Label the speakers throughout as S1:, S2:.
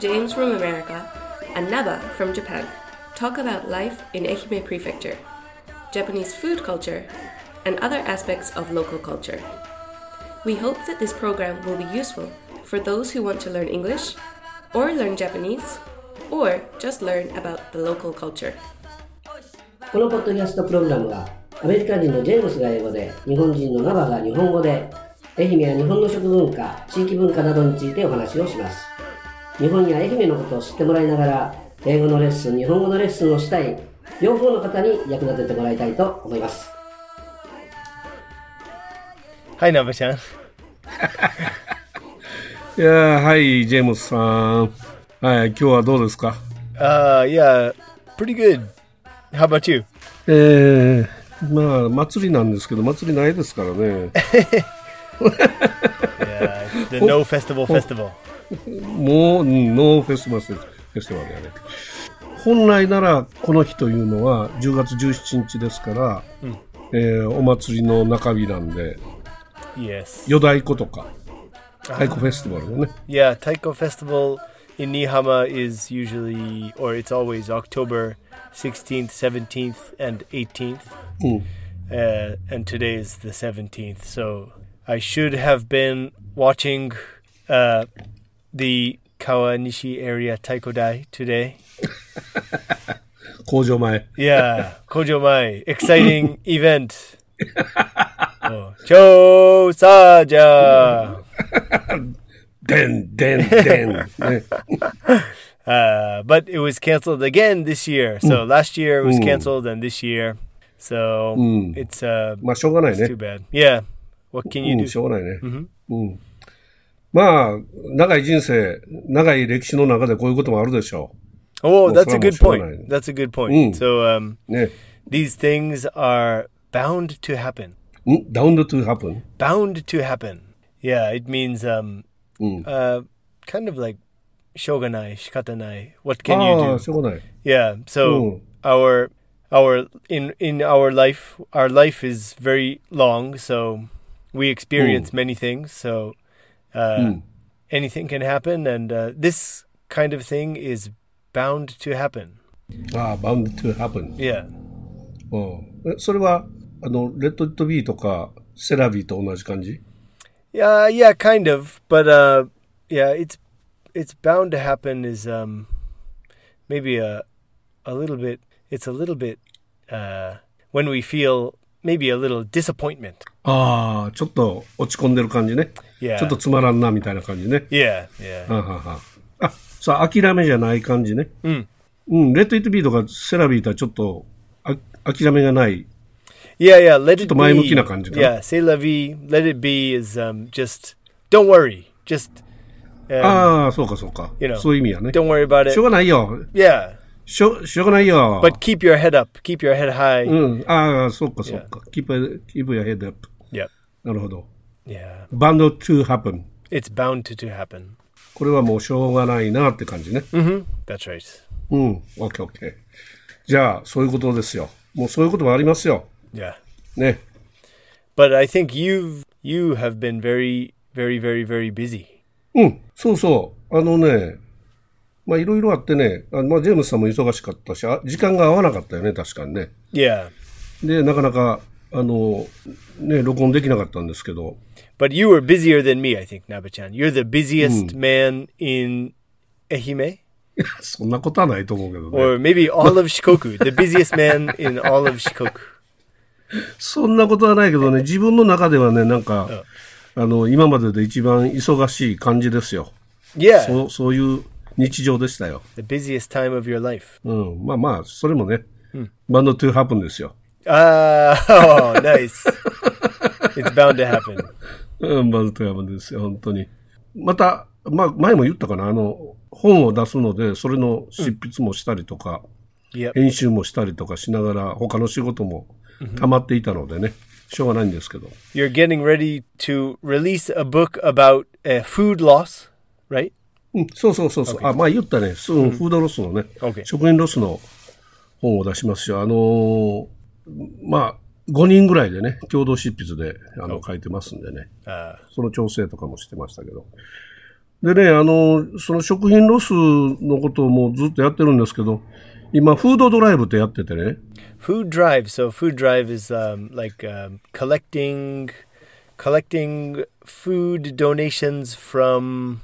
S1: James from America, and Naba from Japan talk about life in Ehime Prefecture, Japanese food culture, and other aspects of local culture. We hope that this program will be useful for those who want to learn English, or learn Japanese, or just learn about the local culture.
S2: このポッドキャストプログラムはアメリカ人のジェームスが英語で日本人のナバが日本語で愛媛や日本の食文化地域文化などについてお話をします日本や愛媛のことを知ってもらいながら英語のレッスン日本語のレッスンをしたい両方の方に役立ててもらいたいと思います
S3: Hi, Naba-chan.
S4: いやーはい、ジェームスさん。はい、今日はどうですか
S3: Uh, yeah, pretty good. How about you?
S4: えー、まあ、祭りなんですけど、祭りないですからね。
S3: Yeah, it's the No Festival Festival.
S4: もう、うんノーフェスマスフェスティバルやね。本来なら、この日というのは10月17日ですから、えーお祭りの中日なんで、
S3: Yes.
S4: よだいことか、太鼓フェスティバルのね。
S3: Yeah, Taiko Festival in Nihama is usually, or it's always October 16th, 17th, and 18th. Uh, and today is the 17th, so I should have been watching uh, the Kawanishi area Taikodai today.
S4: 工場前。
S3: Yeah, Kojo Mai, exciting event. Oh, Cho Saja.
S4: でん、でん、でん。ね
S3: Uh, but it was canceled again this year.
S4: Mm.
S3: So last year it was canceled, and this year, so
S4: Mm.
S3: it's uh,
S4: まあ、しょうがない
S3: it's
S4: ね
S3: too。bad. Yeah, what can
S4: う
S3: you
S4: ん、し
S3: do?
S4: ょうがないね。うん。まあ、長い人生、長い歴史の中でこういうこともあるでしょ
S3: Oh, that's a
S4: Well,
S3: good
S4: sure,
S3: point.
S4: right.
S3: That's a good point.
S4: Mm.
S3: So um,
S4: う。ね。
S3: these things are bound to happen.
S4: ん ?bound to happen.
S3: Bound to happen. Yeah, it means um,
S4: Mm.
S3: uh, kind of like shoganai, shikatanai. What can you
S4: あ
S3: do?
S4: あ、しょうがない。
S3: Yeah. So
S4: Mm.
S3: our our in in our life our life is very long, so we experience many things. So uh, anything can happen, and uh, this kind of thing is bound to happen.
S4: ああ、bound to happen.
S3: Yeah.
S4: うん。えそれは、あの、レッド・ット・ビーとか、セラビーと同じ感じ
S3: Yeah. Yeah. Kind of, but uh, yeah, it's it's bound to happen is um maybe a a little bit. It's a little bit uh, when we feel maybe a little disappointment.
S4: ああ、ちょっと落ち込んでる感じね。
S3: Yeah.
S4: ちょっとつまらんな、みたいな感じね。
S3: Yeah. Yeah.
S4: はんはんはんあ、さあ、諦めじゃない感じね。うん。うん、レッド・イット・ビーとかセラビーとはちょっと、あ諦めがない。
S3: Yeah, yeah. Let it
S4: ちょっと前向きな
S3: be.
S4: 感じかな。
S3: Yeah, say la vie. Let it be is um, just don't worry. Just um,
S4: ああ、そうかそうか
S3: you know,。
S4: そういう意味やね。
S3: don't worry about
S4: しょう
S3: it.
S4: がないよ。
S3: Yeah,
S4: しょしょうがないよ。
S3: but keep your head up. Keep your head high.
S4: うん。ああ、そうかそうか。keep, keep your head up.
S3: Yep.
S4: なるほど。
S3: Yeah,
S4: bound to happen.
S3: it's bound to, to happen.
S4: これはもうしょうがないなって感じね。
S3: Mm-hmm. That's right.
S4: うん。OK, OK. じゃあ、そういうことですよ。もうそういうこともありますよ。
S3: Yeah,
S4: ね。
S3: but I think you've you have been very very very very busy.
S4: うん。そうそう。あのね、まあいろいろあってね、あまあジェームスさんも忙しかったし、あ時間が合わなかったよね、確かにね。
S3: Yeah,
S4: で、なかなか、あの、ね、録音できなかったんですけど、
S3: but you were busier than me. I think Nabachan, you're the busiest man in Ehime.
S4: そんなことはないと思うけどね。
S3: Or maybe all of Shikoku, the busiest man in all of Shikoku.
S4: そんなことはないけどね、自分の中ではね、なんか、あの、今までで一番忙しい感じですよ。
S3: Yeah,
S4: そう、そういう日常でしたよ。
S3: the busiest time of your life.
S4: うん。まあまあ、それもね、バンドトゥーハプンですよ。
S3: Ah, oh, nice. it's bound to happen.
S4: うん、バンドトゥーハプンですよ、本当に。また、まあ、前も言ったかな、あの、本を出すので、それの執筆もしたりとか、
S3: Yep.
S4: 編集もしたりとかしながら、他の仕事も溜まっていたのでね、しょうがないんですけど。
S3: You're getting ready to release a book about uh, food loss, right?
S4: うん、そうそうそうそう。あ、まあ言ったね。そうフードロスのね、
S3: OK
S4: 食品ロスの本を出しますよ。あのーまあ、5人ぐらいでね、共同執筆であの書いてますんでね、
S3: Uh,
S4: その調整とかもしてましたけど、でね、あの、その食品ロスのことをもうずっとやってるんですけど、今、フードドライブってやっててね、
S3: Food drive. So food drive is um, like um, collecting collecting food donations from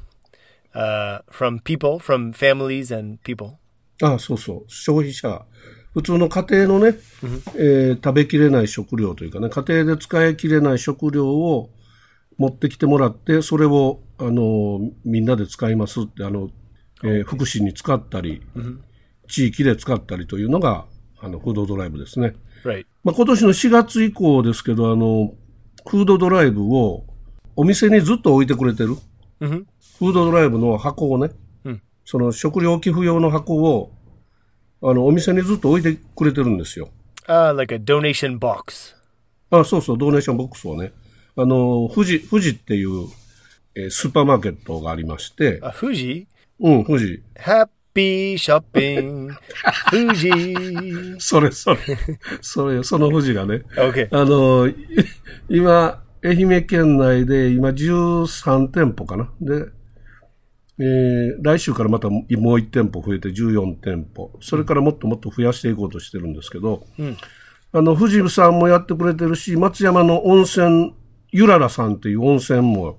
S3: uh, from people, from families and people.
S4: あそうそう、消費者。普通の家庭のね、えー食べきれない食料というかね、家庭で使い切れない食料を持ってきてもらって、それを、あの、みんなで使いますって、あの、えー福祉に使ったり、地域で使ったりというのが、あの、フードドライブですね。
S3: Right.
S4: まあ、今年の4月以降ですけど、あの、フードドライブをお店にずっと置いてくれてる。フードドライブの箱をね、その食料寄付用の箱を、あの、お店にずっと置いてくれてるんですよ。
S3: Uh, like a donation box.
S4: あ、そうそう、ドーネーションボックスをね。あの、富士、富士っていう、えースーパーマーケットがありまして、
S3: Uh, Fuji.
S4: うん、富士。
S3: Happy shopping. Fuji.
S4: それ、それ、それ、その富士がね、
S3: Okay.
S4: あの、 い今、愛媛県内で今13店舗かな。で、えー来週からまたもう1店舗増えて14店舗。それからもっともっと増やしていこうとしてるんですけど、あの、富士さんもやってくれてるし、松山の温泉、ゆららさんっていう温泉も、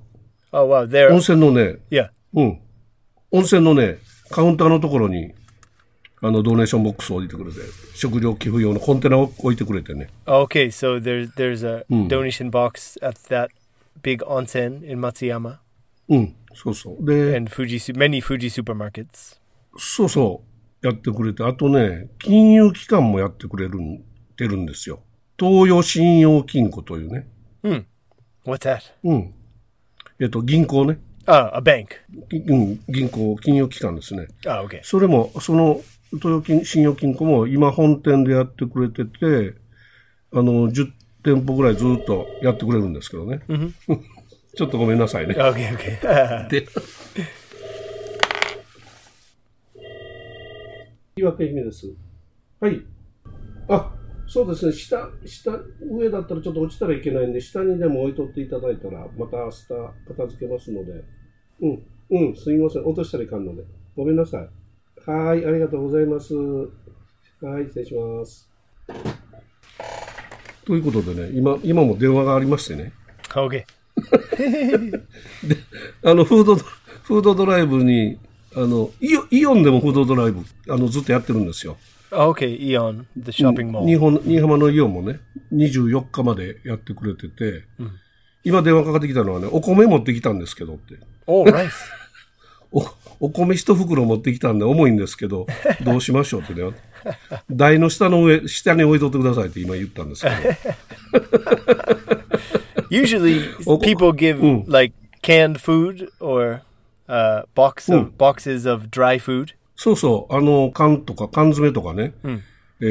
S3: Oh wow, there.
S4: 温泉のね、
S3: Yeah.
S4: うん。温泉のね、カウンターのところに、あの、ドネーションボックスを置いてくれて、食料寄付用のコンテナを置いてくれてね。
S3: Okay, so there's there's a
S4: Hmm.
S3: donation box at that big onsen in Matsuyama
S4: うん。そうそう。で、
S3: and Fuji su- many Fuji supermarkets.
S4: そうそう、やってくれて、あとね、金融機関もやってくれるん、てるんですよ。東洋信用金庫というね。
S3: What's that?
S4: うん。えっと、銀行ね。
S3: Ah, a bank.
S4: ぎうん、銀行、金融機関ですね。
S3: Oh, okay.
S4: それも、その、東洋金信用金庫も今本店でやってくれてて、あの、10店舗ぐらいずっとやってくれるんですけどね。 ちょっとごめんなさいね。
S3: Okay, okay.
S4: で。岩手姫です。はい。あ、そうですね。下、下、上だったらちょっと落ちたらいけないんで、下にでも置いとっていただいたら、また明日片付けますので。うん、うん、すいません。落としたらいかんので。ごめんなさい。はーい、ありがとうございます。はい、失礼します。ということでね、今、今も電話がありましてね。
S3: okay.
S4: あの、フード、フードドライブに、あの、イオイオンでもフードドライブ、あの、ずっとやってるんですよ。
S3: Okay, Eon, the shopping mall.
S4: 日本、新居浜のイオンもね、24日までやってくれてて、今電話かかってきたのはね、お米持ってきたんですけどって。
S3: Oh, rice.
S4: お、お米一袋持ってきたんで重いんです けど、どうしましょうってね。台の下の上、下に置いとってくださいって今言った んですけど。
S3: Usually,
S4: Oh,
S3: people give like canned food or uh, box of,
S4: Hmm.
S3: boxes of dry food.
S4: そうそう、あの、缶とか缶詰とかね、え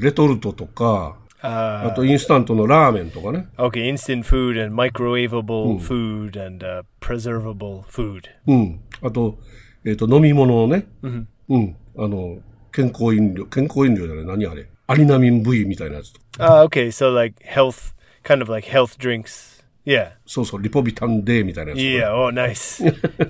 S4: ー、レトルトとか、あ
S3: Uh,
S4: とインスタントのラーメンとかね。
S3: okay, instant food and microwavable food and uh, preservable food.
S4: うん。あと、えっ、と、飲み物をね。うん。あの、健康飲料、健康飲料じゃない、何あれ。アリナミン V みたいなやつと。
S3: Ah, okay, so like health, kind of like health drinks. Yeah,
S4: そうそう、リポビタン D みたいなやつと
S3: yeah.
S4: か。
S3: Oh, nice.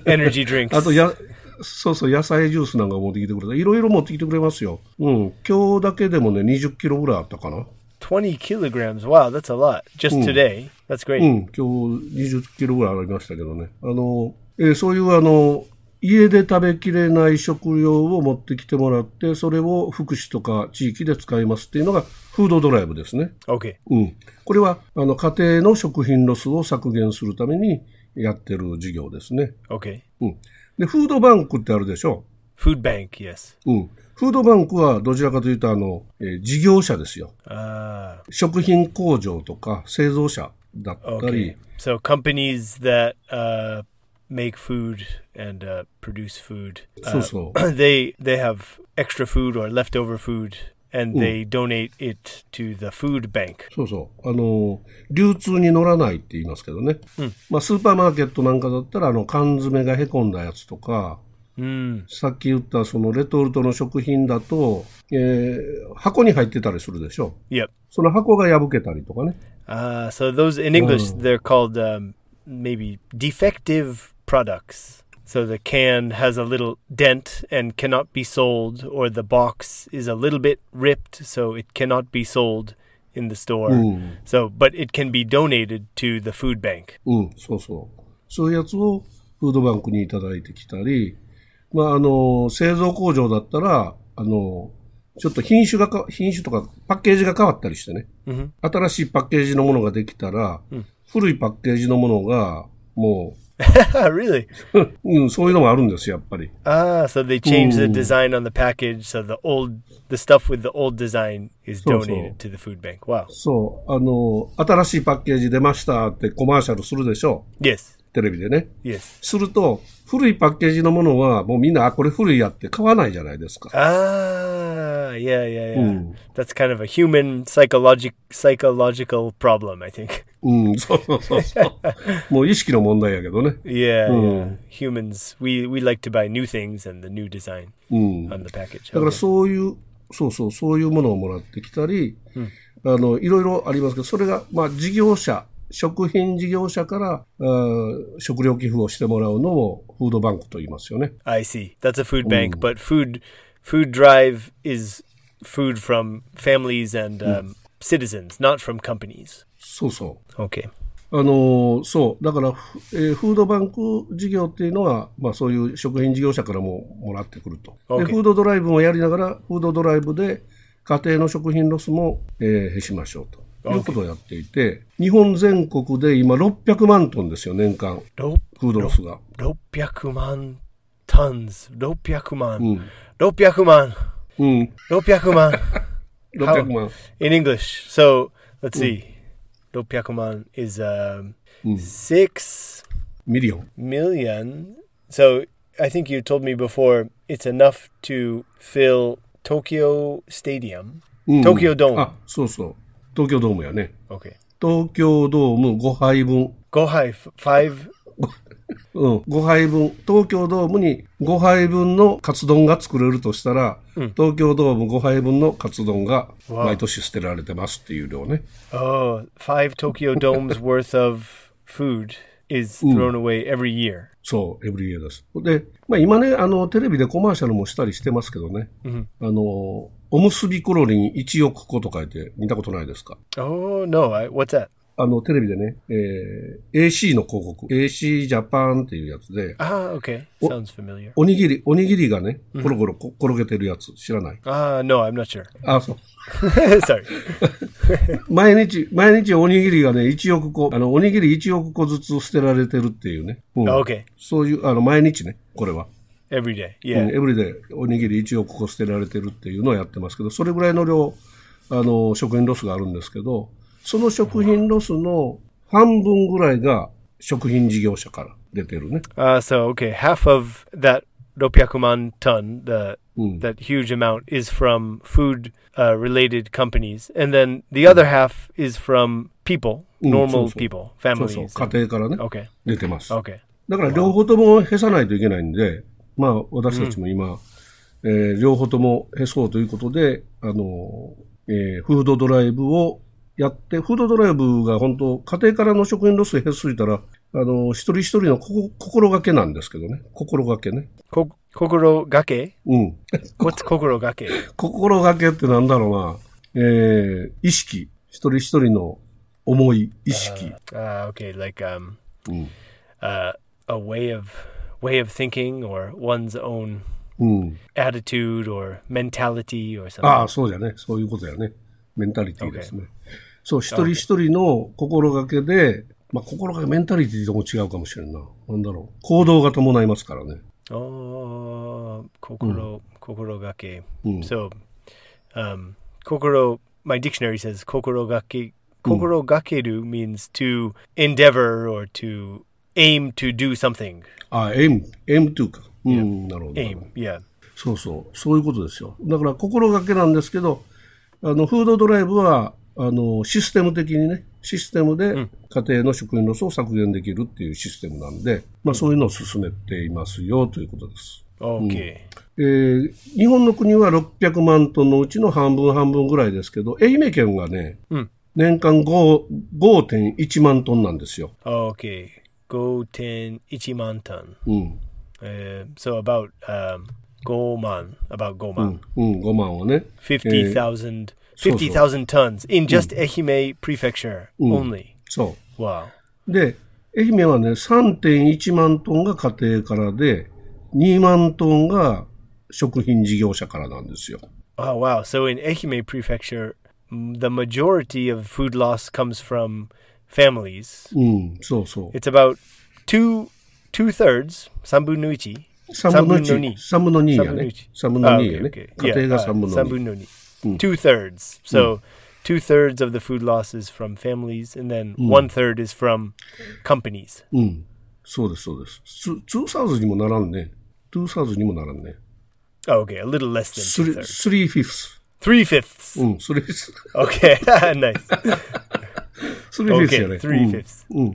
S3: Energy drinks.
S4: あと、や、そうそう、野菜ジュースなんか持ってきてくれた。いろいろ持ってきてくれますよ。うん。今日だけでもね、20キロぐらいあったかな。
S3: Twenty kilograms. Wow, that's a lot. Just today. That's
S4: う
S3: great.
S4: ん。今日20キロぐらいありましたけどね。あの、えーそういうあの、家で食べきれない食料を持ってきてもらって、それを福祉とか地域で使いますっていうのが、フードドライブですね。
S3: Okay.
S4: うん、これはあの家庭の食品ロスを削減するためにやってる事業ですね。
S3: Okay.
S4: うん、でフードバンクってあるでしょ、
S3: Food bank. Yes.
S4: うん、フードバンクはどちらかというとあの、えー事業者ですよ
S3: Ah.
S4: 食品工場とか製造者だったり、
S3: Okay. So companies that uh, make food and uh, produce food, uh,
S4: そうそう。
S3: they they have extra food or leftover food, and they donate it to the food bank.
S4: そうそうあの流通に乗らないって言いますけどね、まあ、スーパーマーケットなんかだったらあの缶詰がへこんだやつとか
S3: Mm.
S4: さっき言ったそのレトルトの食品だと、えー箱に入ってたりするでしょ
S3: Yep.
S4: その箱が破けたりとかね。
S3: Uh, so those in English they're called um, maybe defective products. So the can has a little dent and cannot be sold, or the box is a little bit ripped, so it cannot be sold in the store. So, but it can be donated to the food bank.
S4: うん、そうそう。そういうやつをフードバンクにいただいてきたり、まあ、あの、製造工場だったら、あの、ちょっと品種がか、品種とかパッケージが変わったりしてね、新しいパッケージのものができたら、古いパッケージのものが、も
S3: really?
S4: う、うん、そういうのもあるんですよ、やっぱり。
S3: Ah, so they change the design on the package, so the old, the stuff with the old design is
S4: So, so.
S3: donated to the food bank. Wow.
S4: そう、あの、新しいパッケージ出ましたってコマーシャルするでしょ
S3: Yes,
S4: テレビでね。
S3: yes.
S4: すると、古いパッケージのものは、もうみんな、あ、これ古いやって買わないじゃないですか。
S3: Ah, yeah, yeah, yeah.
S4: Mm.
S3: That's kind of a human psychologic psychological problem, I think.
S4: うん、そうそうそう そう。もう意識の問題やけどね。
S3: Yeah,
S4: Hmm.
S3: yeah. Humans, we we like to buy new things and the new design
S4: Hmm.
S3: on the package.
S4: だから
S3: Okay.
S4: そういう、そうそう、そういうものをもらってきたり、あの、いろいろありますけど、それが、まあ、事業者、食品事業者から、あー食料寄付をしてもらうのをフードバンクと言いますよね。
S3: I see. That's a food bank, but food food drive is food from families and
S4: Hmm.
S3: um, citizens, not from companies.
S4: そうそう。
S3: Okay.
S4: あのーそう、だから、ふえーフードバンク事業っていうのは、まあ、そういう食品事業者からももらってくると、で
S3: OK
S4: フードドライブもやりながら、フードドライブで家庭の食品ロスも、えー減しましょうということをやっていて、日本全国で今、600万トンですよ、年間、
S3: Ro-
S4: フードロスが。
S3: 600万 tons. 600万. 600万.
S4: うん、
S3: 600万.
S4: 600万。
S3: in English. So let's see. Ropyakuman is um, six
S4: ミリオン。
S3: million. So I think you told me before it's enough to fill Tokyo Stadium,
S4: うん
S3: Tokyo
S4: あ
S3: Dome.、
S4: そうそう。東京ドームやね。
S3: Okay.
S4: 東京ドーム5杯分。
S3: Gohai f- five.
S4: うん、5杯分、東京ドームに5杯分のカツ丼が作れるとしたら、東京ドーム5杯分のカツ丼が毎年捨てられてますっていう量ね。
S3: Oh, five Tokyo Domes worth of food is thrown away every year.
S4: そう、エブリエです。で、まあ、今ね、あの、テレビでコマーシャルもしたりしてますけどね、あの、おむすびコロリン1億個と書いて見たことないですか
S3: Oh no! I, what's that?
S4: あの、テレビでね、えー AC の広告、AC ジャパンっていうやつで、
S3: Ah, okay. Sounds familiar.
S4: おにぎり、おにぎりがね、コロコロこ転げてるやつ、知らない。
S3: Ah, no, I'm not sure.
S4: あ、そう。
S3: Sorry.
S4: 毎日、毎日おにぎりがね、1億個、あの、おにぎり1億個ずつ捨てられてるっていうね。うん
S3: Okay.
S4: そういう、あの、毎日ね、これは。
S3: Every day.
S4: う
S3: Yeah.
S4: ん、エブリデイおにぎり1億個捨てられてるっていうのをやってますけど、それぐらいの量、あの、食品ロスがあるんですけど、その食品ロスの半分ぐらいが食品事業者から出てるね。
S3: Uh, so okay, half of that ropyakuman ton, the that huge amount, is from food-related companies, and then the other half is from people, normal
S4: so-so.
S3: people,
S4: そうそう、
S3: families.
S4: 家庭からね、
S3: Okay,
S4: 出てます。
S3: okay.
S4: だから両方ともへさないといけないんで、まあ私たちも今、えー両方ともへそうということで、あの、えーフードドライブをやって、フードドライブが本当、家庭からの食品ロスへすいたら、あの、一人一人のこ心がけなんですけどね。心がけね。
S3: Ko- kokoro gake.
S4: うん。
S3: What's kokoro gake?
S4: 心がけってなんだろうな。えー意識。一人一人の思い、意識。
S3: Uh, okay, like um, uh, a way of way of thinking or one's own
S4: うん。
S3: attitude or mentality or something.
S4: ああ、そうじゃね。そういうことやね。メンタリティですね。そう、一人一人の心がけで、まあ、心がけ、メンタリティとも違うかもしれんな。なんだろう。行動が伴いますからね。
S3: Oh, kokoro, kokoro gake. So, um, kokoro. My dictionary says kokoro gake. Kokoro gakeru means to endeavor or to aim to do something.
S4: ああ、エム、エムトゥか。うん、なるほど。
S3: Aim, yeah.
S4: そうそう。そういうことですよ。だから、心がけなんですけど、あの、フードドライブは、あの、システム的にね、システムで家庭の食品ロスを削減できるっていうシステムなんで、まあ、そういうのを進めていますよということです。
S3: Okay.
S4: えー日本の国は600万トンのうちの半分半分ぐらいですけど、愛媛県がね、年間5 5.1万トンなんですよ。
S3: Okay. Go ten ichiman ton.
S4: うん。
S3: Uh, so about um, Goman, about
S4: う
S3: Goman,
S4: ん、うん、5万はね。ー
S3: 50,000
S4: Mm. so, Mm. so.
S3: 50,000 tons in just Ehime Prefecture
S4: Mm.
S3: only.
S4: そ
S3: Wow.
S4: う。で、愛媛はね、3.1万トンが家庭からで、2万トンが食品事業者からなんですよ。
S3: Oh, wow. So in Ehime Prefecture, m- the majority of food loss comes from families.
S4: うん、そうそう。
S3: It's about two two thirds, sanbunichi.
S4: 3分の1。3分の2やね。3分の
S3: Ah,
S4: 2
S3: okay,
S4: やね
S3: okay.。
S4: 家庭
S3: Yeah,
S4: が
S3: uh,
S4: 3分の2。
S3: 3分の2. Two thirds. So two thirds of the food loss is from families, and then one third is from companies.
S4: うん。そうです、そうです。ツーサウズにもならんね。トゥーサウズにもならんね。
S3: Oh, okay, a little less than
S4: ス
S3: two
S4: リ
S3: thirds.
S4: ーフィフス。
S3: Three fifths.
S4: うん、スリ ーフィフス。
S3: Okay, nice.
S4: スリーフィフスやね。
S3: Okay, three fifths.
S4: うん。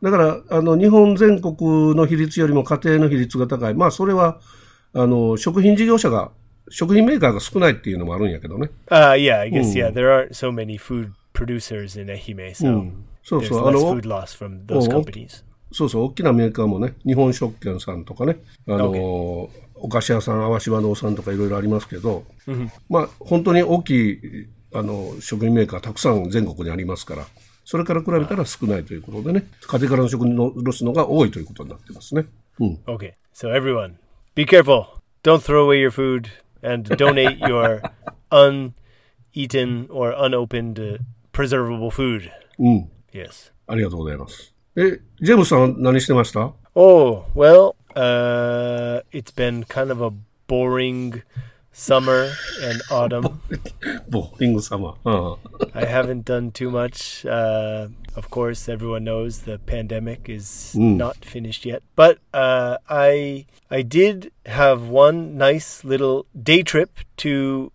S4: だから、あの、日本全国の比率よりも家庭の比率が高い。まあ、それは、あの、食品事業者が、食品メーカーが少ないっていうのもあるんやけどね。
S3: Uh, yeah, I guess, yeah, there aren't so many food producers in Ehime, so
S4: そう
S3: there's
S4: そう、
S3: less
S4: あ
S3: food、
S4: の
S3: loss from those
S4: Oh.
S3: companies.
S4: そうそう、大きなメーカーもね、日本食券さんとかね、あの、お菓子屋さん、淡島堂さんとかいろいろありますけど、まあ、本当に大きい、あの、食品メーカーたくさん全国にありますから、それから比べたら少ないということでね、家庭からの食品のロスのが多いということになってますね。うん。
S3: Okay, so everyone, be careful. Don't throw away your food and donate your uneaten or unopened uh, preservable food.
S4: うん。
S3: Yes.
S4: ありがとうございます。え、ジェームスさんは何してました
S3: Oh, well, uh, it's been kind of a boring summer and autumn.
S4: ボーリング様。うん。
S3: I haven't done too much. Uh, of course, everyone knows the pandemic is not finished yet, but uh, I I did have one nice little day trip to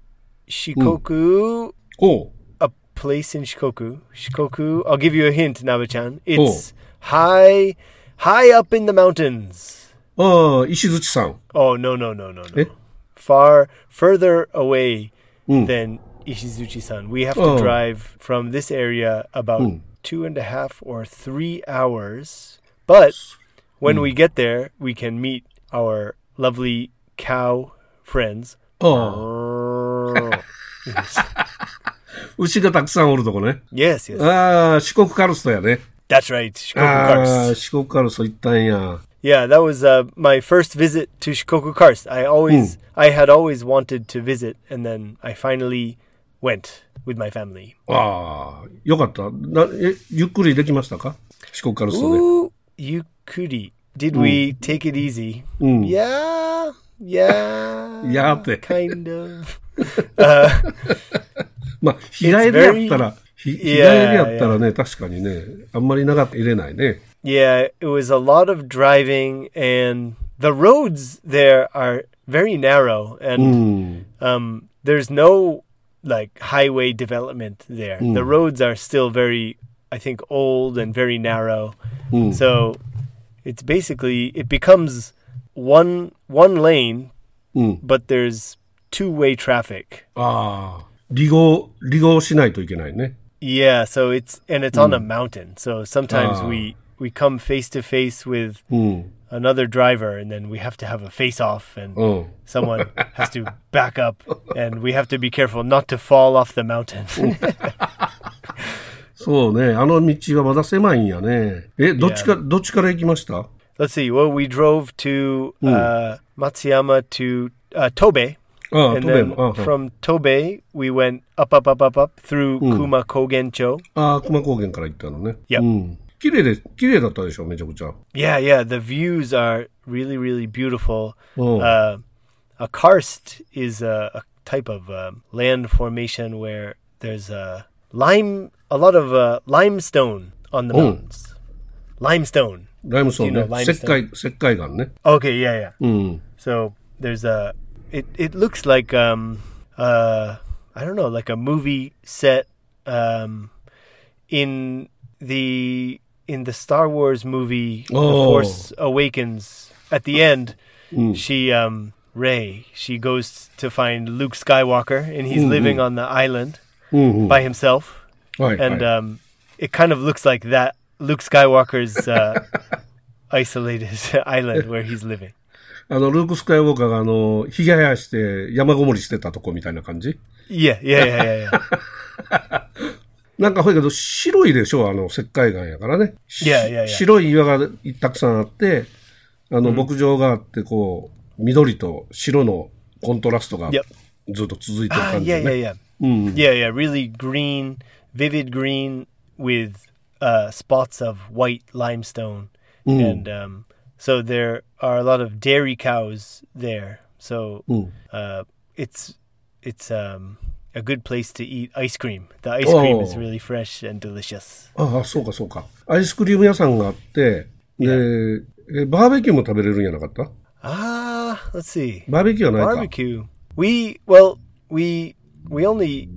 S3: Shikoku,
S4: おう。
S3: a place in Shikoku. Shikoku. I'll give you a hint, Nabe-chan. It's high high up in the mountains.
S4: ああ、石槌さん。
S3: Oh no no no no no!
S4: Eh? Hmm.
S3: Far further away than Ishizuchi-san. We have to
S4: Oh. Hmm.
S3: drive from this area about two and a half or three hours. But
S4: Hmm.
S3: when we get there, we can meet our lovely cow friends.
S4: ああ、Oh. 牛がたくさんおるとこね。
S3: yes,
S4: Uh,
S3: yes,
S4: ああ、四国カルストやね。
S3: that's right. Shikoku
S4: ああ、
S3: Karst.
S4: 四国カルスト行ったんや。
S3: Yeah, that was uh, my first visit to Shikoku Karst. I always, I had always wanted to visit, and then I finally went with my family.
S4: ああ、よかった。なえ、ゆっくりできましたか四国カルストで。
S3: Ooh, Yukuri. Did we take it easy?
S4: Mm.
S3: Yeah, yeah.
S4: Yeah, but-
S3: kind of.
S4: まあ、日帰りやったら、ひ日帰りやったらね、確かにね、あんまり長く入れないね。
S3: Yeah, it was a lot of driving, and the roads there are very narrow, and um, there's no like highway development there. The roads are still very, I think, old and very narrow. So it's basically it becomes one one lane, but there's two way traffic.
S4: ああ、離合、離合しないといけないね。
S3: Yeah, so it's and it's on a mountain. So sometimes we we come face to face with
S4: うん、
S3: another driver and then we have to have a face off and
S4: うん。
S3: someone has to back up and we have to be careful not to fall off the mountain.
S4: そうね、あの道はまだ狭いんやね。え、どっちか、どっちから行きました
S3: Let's see. Well, we drove to uh, Matsuyama to uh, Tobe
S4: ああ、
S3: and
S4: トベ
S3: then
S4: も。ああ、はい
S3: from Tobe we went up up up up up through Kuma Kogencho.
S4: ああ、熊高原から行ったのね。
S3: Yep.
S4: うん。綺麗で、綺麗だったでしょ、めちゃくちゃ。
S3: Yeah, yeah, the views are really really beautiful.
S4: Oh.
S3: Uh, a karst is a, a type of um, land formation where there's uh, lime, a lot of uh, limestone on the
S4: Oh.
S3: mountains. Limestone.
S4: ライムストーン
S3: You know,
S4: ね。
S3: limestone.
S4: 石灰、石灰岩ね。
S3: Okay, yeah, yeah.
S4: うん。
S3: So there's a. It it looks like um uh I don't know like a movie set um in the in the Star Wars movie The
S4: Oh.
S3: Force Awakens at the end she um Ray she goes to find Luke Skywalker and he's living on the island
S4: うんうん。
S3: by himself
S4: はい。
S3: and
S4: はい
S3: um it kind of looks like that Luke Skywalker's uh isolated island where he's living
S4: あの、ルーク・スカイウォーカーが、あの、ひげ生やして山ごもりしてたとこみたいな感じ
S3: Yeah, yeah, yeah, yeah. yeah.
S4: なんかほいけど、白いでしょあの、石灰岩やからね。し
S3: いやいやいや
S4: 白い岩がたくさんあって、あの、牧場があって、こう、緑と白のコントラストが
S3: Yep.
S4: ずっと続いてる
S3: Ah,
S4: 感じ
S3: yeah,
S4: で
S3: yeah, yeah.
S4: ね。
S3: Yeah, yeah. Really green, vivid green with uh, spots of white limestone. And um, so there are a lot of dairy cows there. So uh, it's it's um, a good place to eat ice cream. The ice cream is
S4: Oh.
S3: really fresh and delicious.
S4: ああ、そうかそうか。アイスクリーム屋さんがあって、で、えバーベキューも食べれるんやなかった
S3: Ah, let's see.
S4: バーベキューはないか。
S3: barbecue. We well, we we only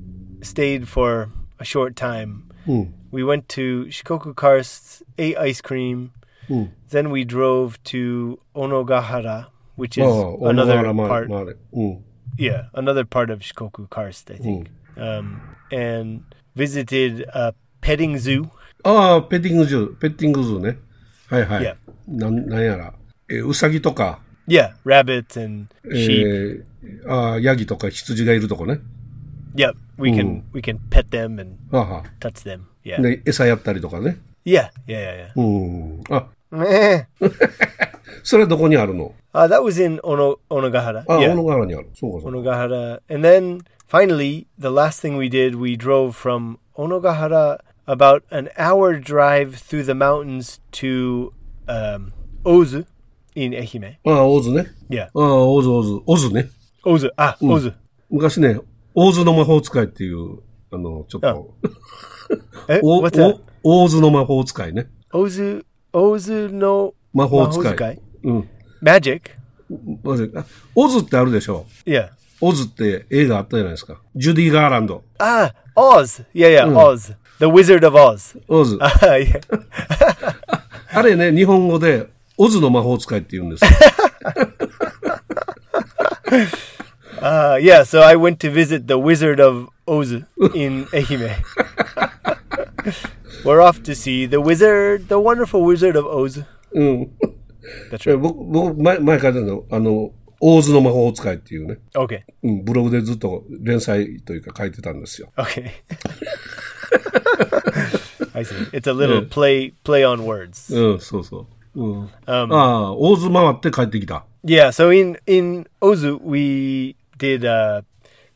S3: stayed for a short time. We went to Shikoku Karsts, ate ice cream. Then we drove to Onogahara, which is
S4: まあ、小野
S3: another
S4: 原まあ
S3: part.
S4: まああれ。うん。
S3: Yeah, another part of Shikoku Karst, I think. Um, and visited a petting zoo.
S4: ああ、ペッティングジュー、ペッティングズーね。はいはい。
S3: Yeah.
S4: なん、なんやら。え、ウサギとか、
S3: Yeah, rabbits and
S4: Eh.
S3: sheep.
S4: えー、ああ、ヤギとか羊がいるとこね。
S3: Yep, we can we can pet them and
S4: はあは
S3: touch them.
S4: あ
S3: Yeah.
S4: で、餌やったりとかね。
S3: Yeah, yeah, yeah.
S4: うん。あ、
S3: yeah.
S4: それはどこにあるの
S3: Uh, that was in ono- Onogahara.
S4: あ、
S3: yeah,
S4: 小野川にある。そうかそうか。
S3: Onogahara. And then finally, the last thing we did, we drove from Onogahara about an hour drive through the mountains to um, Ozu in Ehime.
S4: ああ、大津ね。
S3: Yeah,
S4: ああ、大津、大津。大津ね。
S3: Ozu. Ah, Ozu.
S4: 昔ね、大津の魔法使いっていう、あの、ちょっと、
S3: Eh,
S4: お
S3: what's that?
S4: お大津の魔法使いね。
S3: Ozu. Ozu no
S4: 魔法使い。
S3: Mahouzukai?
S4: うん。
S3: magic.
S4: まずあオズってあるでしょ
S3: Yeah.
S4: オズって映画あったじゃないですか。ジュディ・ガーランド。
S3: Ah, Oz. Yeah, yeah, Oz. The Wizard of Oz.
S4: オズ。
S3: Ah, yeah.
S4: あれね、日本語で、オズの魔法使いって言うん ですよ。
S3: Uh, yeah, so I went to visit the Wizard of Oz in Ehime. We're off to see the wizard, the wonderful Wizard of Oz.
S4: うん。
S3: That's
S4: え
S3: right.
S4: 僕、僕前、前書いてたの、あの、オズの魔法使いっていうね、
S3: Okay.
S4: うん、ブログでずっと連載というか書いてたんですよ。
S3: Okay. I see. It's a little play play on words.
S4: うん、そうそう。うん。ああ、オズ回って帰ってきた。
S3: Yeah, so in in Ozu we did uh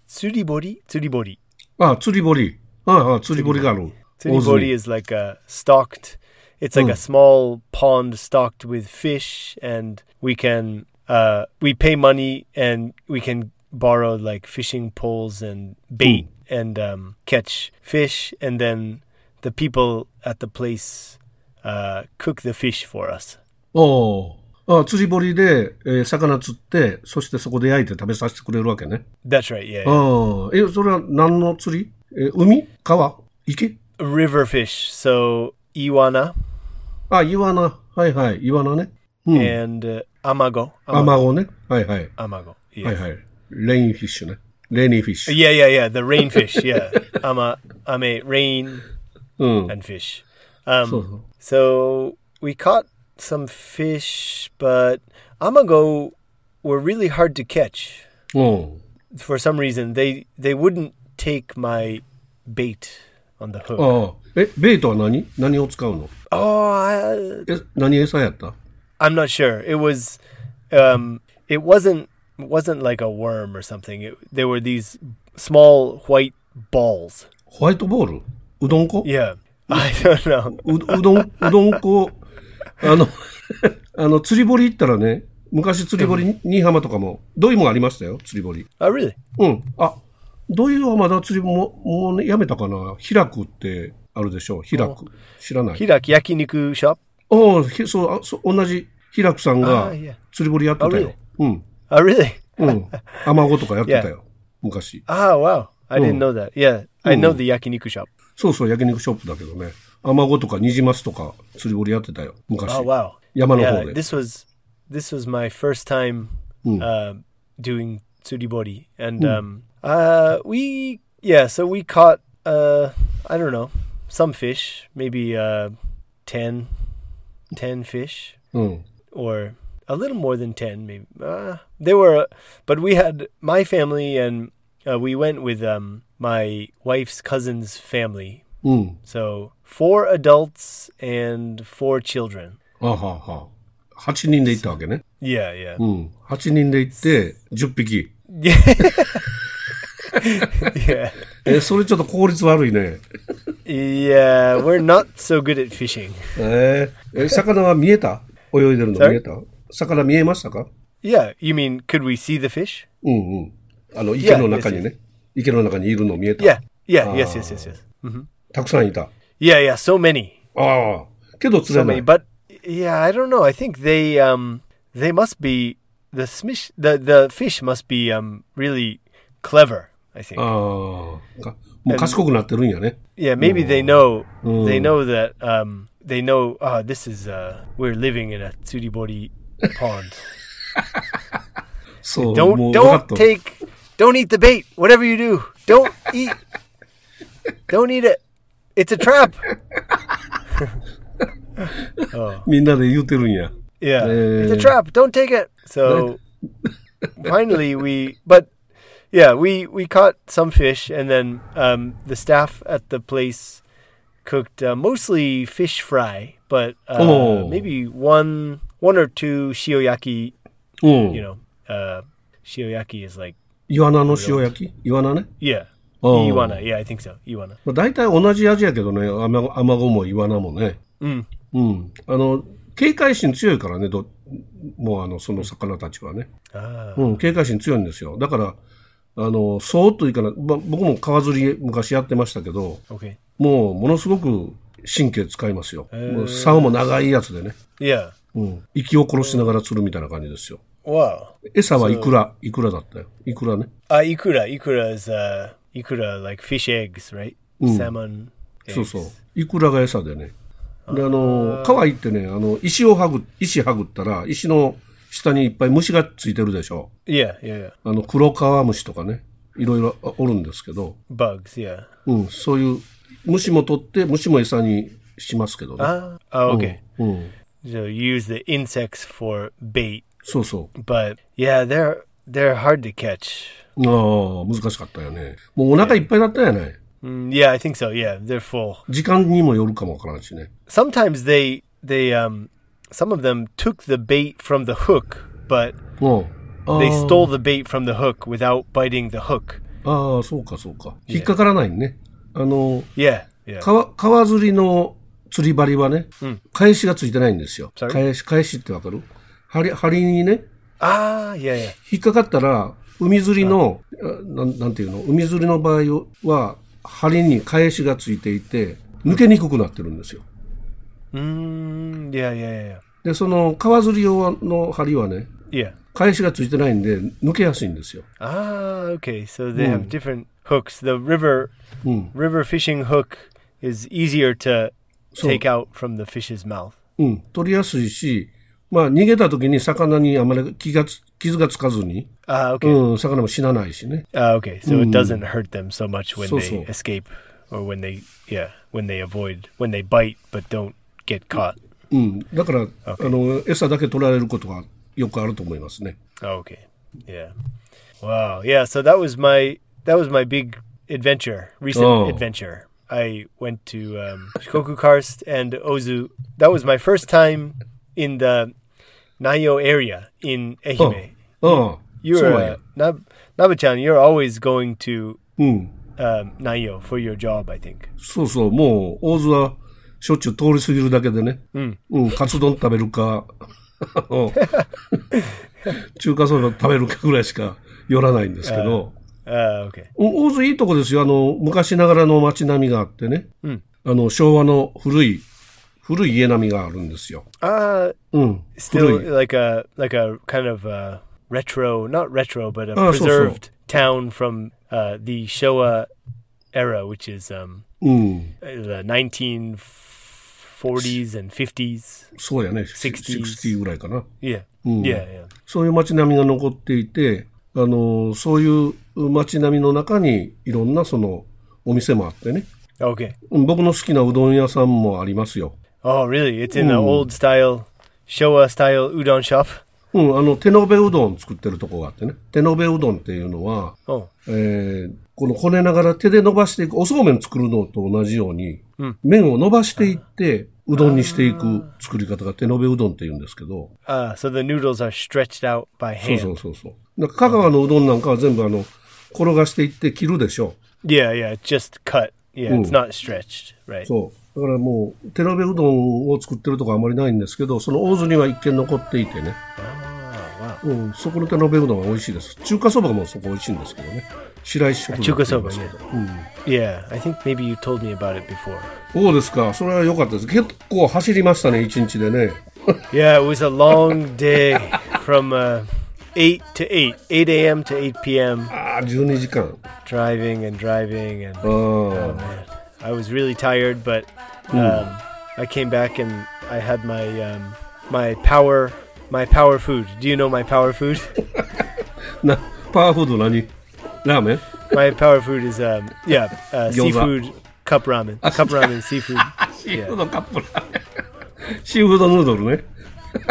S3: tsuribori, tsuribori.
S4: ああ、釣り堀。ああああ、釣り堀がある。オズ
S3: Tsuribori
S4: に
S3: is like a stocked. It's like a small pond stocked with fish, and we can uh, we pay money and we can borrow like fishing poles and bait and um, catch fish, and then the people at the place uh, cook the fish for us.
S4: おお。ああ、釣り堀で、えー魚釣って、そしてそこで焼いて食べさせてくれるわけね。
S3: That's right. Yeah,
S4: あ
S3: yeah.
S4: あ。え、それは何の釣りえー海川池
S3: river fish. So iwana
S4: ああ、イワナ。はいはい。イワナね。
S3: and uh, amago.
S4: アマゴね。はいはい。
S3: Amago. Yeah.
S4: はいはい。レインフィッシュね。レニーフィッシュ。
S3: Yeah, yeah, yeah. The rain fish. Yeah, I'm a I'm a rain and fish. Um, so. we caught some fish, but amago were really hard to catch.
S4: うん。
S3: For some reason, they they wouldn't take my bait on the hook.
S4: ああ。え、ベイトは何何を使うの
S3: Oh,
S4: え、何餌やったあ
S3: I, I'm not sure. It was, um, it wasn't wasn't like a worm or something. It, there were these small white balls.
S4: ホワイトボールうどんこ
S3: Yeah, I don't know.
S4: ううどん、うどんこ、あの、 あの、釣り堀行ったらね、昔釣り堀に、新居浜とかも、どいもありましたよ、釣り堀。
S3: Oh, really?
S4: うん。あ、どいはまだ釣りも、もうね、やめたかな。開くってあるでしょう、開く。知らない。
S3: 開き焼肉ショップ
S4: おお、ひそう、あそう同じ開くさんが
S3: あいや、
S4: 釣り堀やってたよ。うん。
S3: Oh, really?
S4: うん。アマゴとかやってたよ、昔。
S3: Ah, wow. I didn't know that. Yeah, I know the yakiniku shop.
S4: そうそう、焼肉ショップだけどね。アマゴとかニジマスとか釣り堀やってたよ、昔。
S3: Oh, wow.
S4: 山の
S3: Yeah,
S4: 方で。
S3: this was this was my first time uh, doing tsuribori, and um, uh, we yeah, so we caught uh, I don't know some fish, maybe uh, 10, 10 fish
S4: うん。
S3: or a little more than 10 maybe uh, there were but we had my family and uh, we went with um, my wife's cousin's family
S4: うん。
S3: so four adults and four children
S4: あはあはあ。8人で行ったわけね。
S3: yeah yeah
S4: うん。8人で行って、10匹。
S3: yeah
S4: え、それちょっと効率悪いね。
S3: yeah we're not so good at fishing
S4: えーえ、魚は見えた泳いでるの
S3: Sorry？
S4: 見えた魚見えましたか
S3: yeah you mean could we see the fish
S4: うんうん。あの、池の中に
S3: Yeah, yes,
S4: ね。池の中にいるの見えた。
S3: yeah yeah yes yes yes yes
S4: たくさんいた。あ
S3: yeah yeah so many
S4: あ。けど釣
S3: so
S4: れな
S3: many.
S4: い。
S3: But yeah, I don't know. I think they um they must be the smish the the fish must be um really clever. I think.
S4: ああ。かもう賢くなってるんやね。
S3: yeah, maybe they know they know that um they know ah this is uh we're living in a tsuribori pond.
S4: そう。も
S3: Don't
S4: うわ
S3: don't
S4: かった
S3: take don't eat the bait. Whatever you do, don't eat. Don't eat it. It's a trap.
S4: みんなで言うてるんや。
S3: Yeah.
S4: Yeah.
S3: It's a trap. Don't take it. So finally we but yeah, we we caught some fish and then um the staff at the place cooked uh, mostly fish fry, but uh,
S4: Oh.
S3: maybe one one or two shioyaki,
S4: う
S3: you
S4: ん。
S3: know. Uh shioyaki is like
S4: イワナの塩焼きイワナね。
S3: yeah.
S4: Oh.
S3: Iwana. Yeah, I think so. Iwana.
S4: まあ、大体同じ味やけどね、アマゴアマゴもイワナもね。
S3: Mm.
S4: うん。あの、警戒心強いからね、どもうあの、その魚たちはね。
S3: Ah.
S4: うん、警戒心強いんですよ。だから、あの、そーっといかない。ま、僕も川釣り昔やってましたけど、
S3: Okay.
S4: もうものすごく神経使いますよ。もう竿も長いやつでね。
S3: Yeah.
S4: うん。息を殺しながら釣るみたいな感じですよ。
S3: Wow.
S4: 餌はイクラ、イクラだったよ。イクラね。
S3: Uh ikura, ikura is uh ikura like fish eggs, right? Salmon.
S4: そ
S3: eggs.
S4: うそう。イクラが餌でね。で、あの、川行ってね、あの、石をはぐ、石はぐったら、石の下にいっぱい虫がついてるでしょ。
S3: Yeah, yeah, yeah.
S4: あの、黒川虫とかね、いろいろあおるんですけど、
S3: Bugs, yeah.
S4: うん、そういう、虫も取って、虫も餌にしますけどね。
S3: Ah, oh, okay.
S4: うん。
S3: So you use the insects for bait,
S4: そうそう。
S3: but yeah, they're they're hard to catch.
S4: ああ、難しかったよね。もうお腹いっぱいだったんやない。
S3: Mm, yeah, I think so. Yeah, they're full.
S4: 時間にもよるかもわからんしね。
S3: Sometimes they they um some of them took the bait from the hook, but
S4: うん。あ
S3: they
S4: ー
S3: stole the bait from the hook without biting the hook.
S4: あー、そうかそうか。引っかからないね。あの、
S3: Yeah, yeah.
S4: 川、川釣りの釣り針はね、返しがついてないんですよ。
S3: Sorry？
S4: 返し、返しってわかる針、針にね、
S3: Ah, yeah, yeah.
S4: 引っかかったら、海釣りの、あなんなんていうの、海釣りの場合は、針に返しがついていて、抜けにくくなってるんですよ。
S3: Mm, yeah, yeah, yeah, yeah.
S4: で、その川釣り用の針はね、
S3: Yeah.
S4: 返しがついてないんで、抜けやすいんですよ。
S3: Ah, okay. So they have
S4: Hmm.
S3: different hooks. The river river fishing hook is easier to take out from the fish's mouth.
S4: うん、取りやすいし、まあ、逃げた時に魚にあまり気がつ傷がつかずに、
S3: Ah, okay.
S4: うん、魚も死なないしね。
S3: Ah, okay. So it doesn't hurt them so much when
S4: Hmm.
S3: they
S4: So, so.
S3: escape or when they yeah, when they avoid when they bite but don't get caught.
S4: うん、だから、あの、餌だけ取られることはよくあると思いますね。
S3: Oh, okay. Yeah. Wow. Yeah, so that was my that was my big adventure, recent
S4: Oh.
S3: adventure. I went to um, Shikoku Karst and Ozu. That was my first time in the Nayo area in Ehime.
S4: ああ、そう
S3: You're
S4: なん
S3: uh,
S4: や。
S3: Nab- Nabe-chan, you're always going to
S4: うん。
S3: um, Nayo for your job, I think.
S4: そうそう、もう、大津はしょっちゅう通り過ぎるだけでね、うん、カツ丼食べるか、 あの中華そば食べるかぐらいしか寄らないんですけど、
S3: Uh, okay.
S4: うん大津いいとこですよ。あの、昔ながらの街並みがあってね、あの、昭和の古い、古い家並みがあるんですよ。
S3: Uh
S4: うん。
S3: still
S4: 古い。
S3: like a like a kind of uh, retro, not retro, but a
S4: Ah, so, so.
S3: preserved town from uh, the Showa era, which is um,
S4: うん。
S3: the 1940s and 50s.
S4: そうやね。
S3: 60s
S4: 60ぐらいかな。
S3: Yeah,
S4: Mm.
S3: yeah, yeah.
S4: そういう街並みが残っていて、あの、そういう街並みの中にいろんなそのお店もあってね。
S3: Okay.
S4: うん僕の好きなうどん屋さんもありますよ。Mm.
S3: Oh, really? It's in the old style Showa style udon shop.
S4: うん、あの、手延べうどん作ってるとこがあってね。手延べうどんっていうのは、
S3: Oh,
S4: えーこのこねながら手で伸ばしていく、おそうめん作るのと同じように、麺を伸ばしていって、うどんにしていく作り方が手延べうどんって言うんですけど、
S3: ah, so the noodles are stretched out by
S4: そう
S3: hand.
S4: そうそうそう。だから香川のうどんなんかは全部あの、転がしていって切るでしょ。
S3: Yeah, yeah, it's just cut. Yeah, it's not
S4: Mm.
S3: stretched, right?
S4: そう。だからもう、手延べうどんを作ってるとこあまりないんですけど、その大津には一軒残っていてね。うん、そこの手延べうどんは美味しいです。中華そばもそこ美味しいんですけどね。白石食堂
S3: 中華そば
S4: って
S3: ね
S4: 言いますけどうん
S3: Yeah, I think maybe you told me about it before.
S4: そうですか。それは良かったです。結構走りましたね、一日でね。
S3: Yeah, it was a long day from uh, 8 to 8, 8 a.m. to 8 p.m.,
S4: ああ、12時間。
S3: driving and driving. And
S4: あー
S3: man, I was really tired, but um, I came back and I had my um, my power my power food. Do you know my power food?
S4: な、パワーフード何ラーメン
S3: my power food is, um, yeah, uh,
S4: Gyoza.
S3: seafood cup ramen. Cup ramen, seafood.
S4: シーフードカップラーメン。シーフードヌードルね。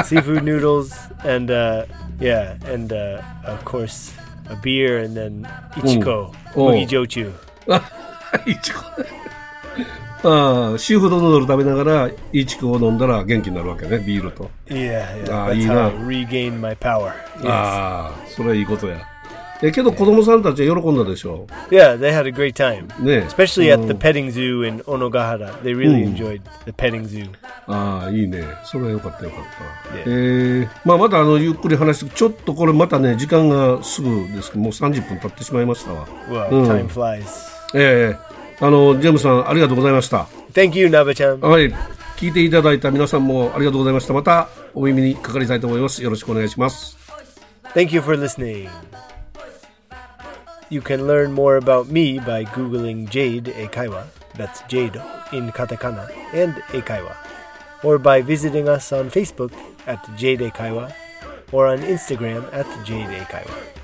S3: seafood noodles and uh, yeah, and uh, of course a beer and then ichiko
S4: Oh.
S3: mugi jochu.
S4: あ、イチコ。 ああ、シーフードヌードル食べながら、イチコを飲んだら元気になるわけね、ビールと。
S3: Yeah, yeah.
S4: Ah,
S3: that's
S4: you
S3: how I
S4: know. Ah.
S3: regained my power. Yes.
S4: ああ、それはいいことや。え、けど子供さんたちは喜んだでしょ
S3: Yeah, they had a great time.
S4: う。ね
S3: Especially at
S4: Oh.
S3: the petting zoo in Onogahara. They really
S4: Hmm.
S3: enjoyed the petting zoo.
S4: ああ、いいね。それはよかったよかった。
S3: ね
S4: えーまあまたあの、ゆっくり話して、ちょっとこれまたね、時間がすぐですけど、もう30分経ってしまいましたわ。
S3: Well, time
S4: Mm.
S3: flies.
S4: ええあの、ジェームスさん、ありがとうございました。
S3: Thank you, Naba-chan.
S4: はい。聞いていただいた皆さんもありがとうございました。またお耳にかかりたいと思います。よろしくお願いします。
S3: Thank you for listening. You can learn more about me by googling Jade Eikaiwa, that's Jade in katakana and Eikaiwa, or by visiting us on Facebook at Jade Eikaiwa or on Instagram at Jade Eikaiwa.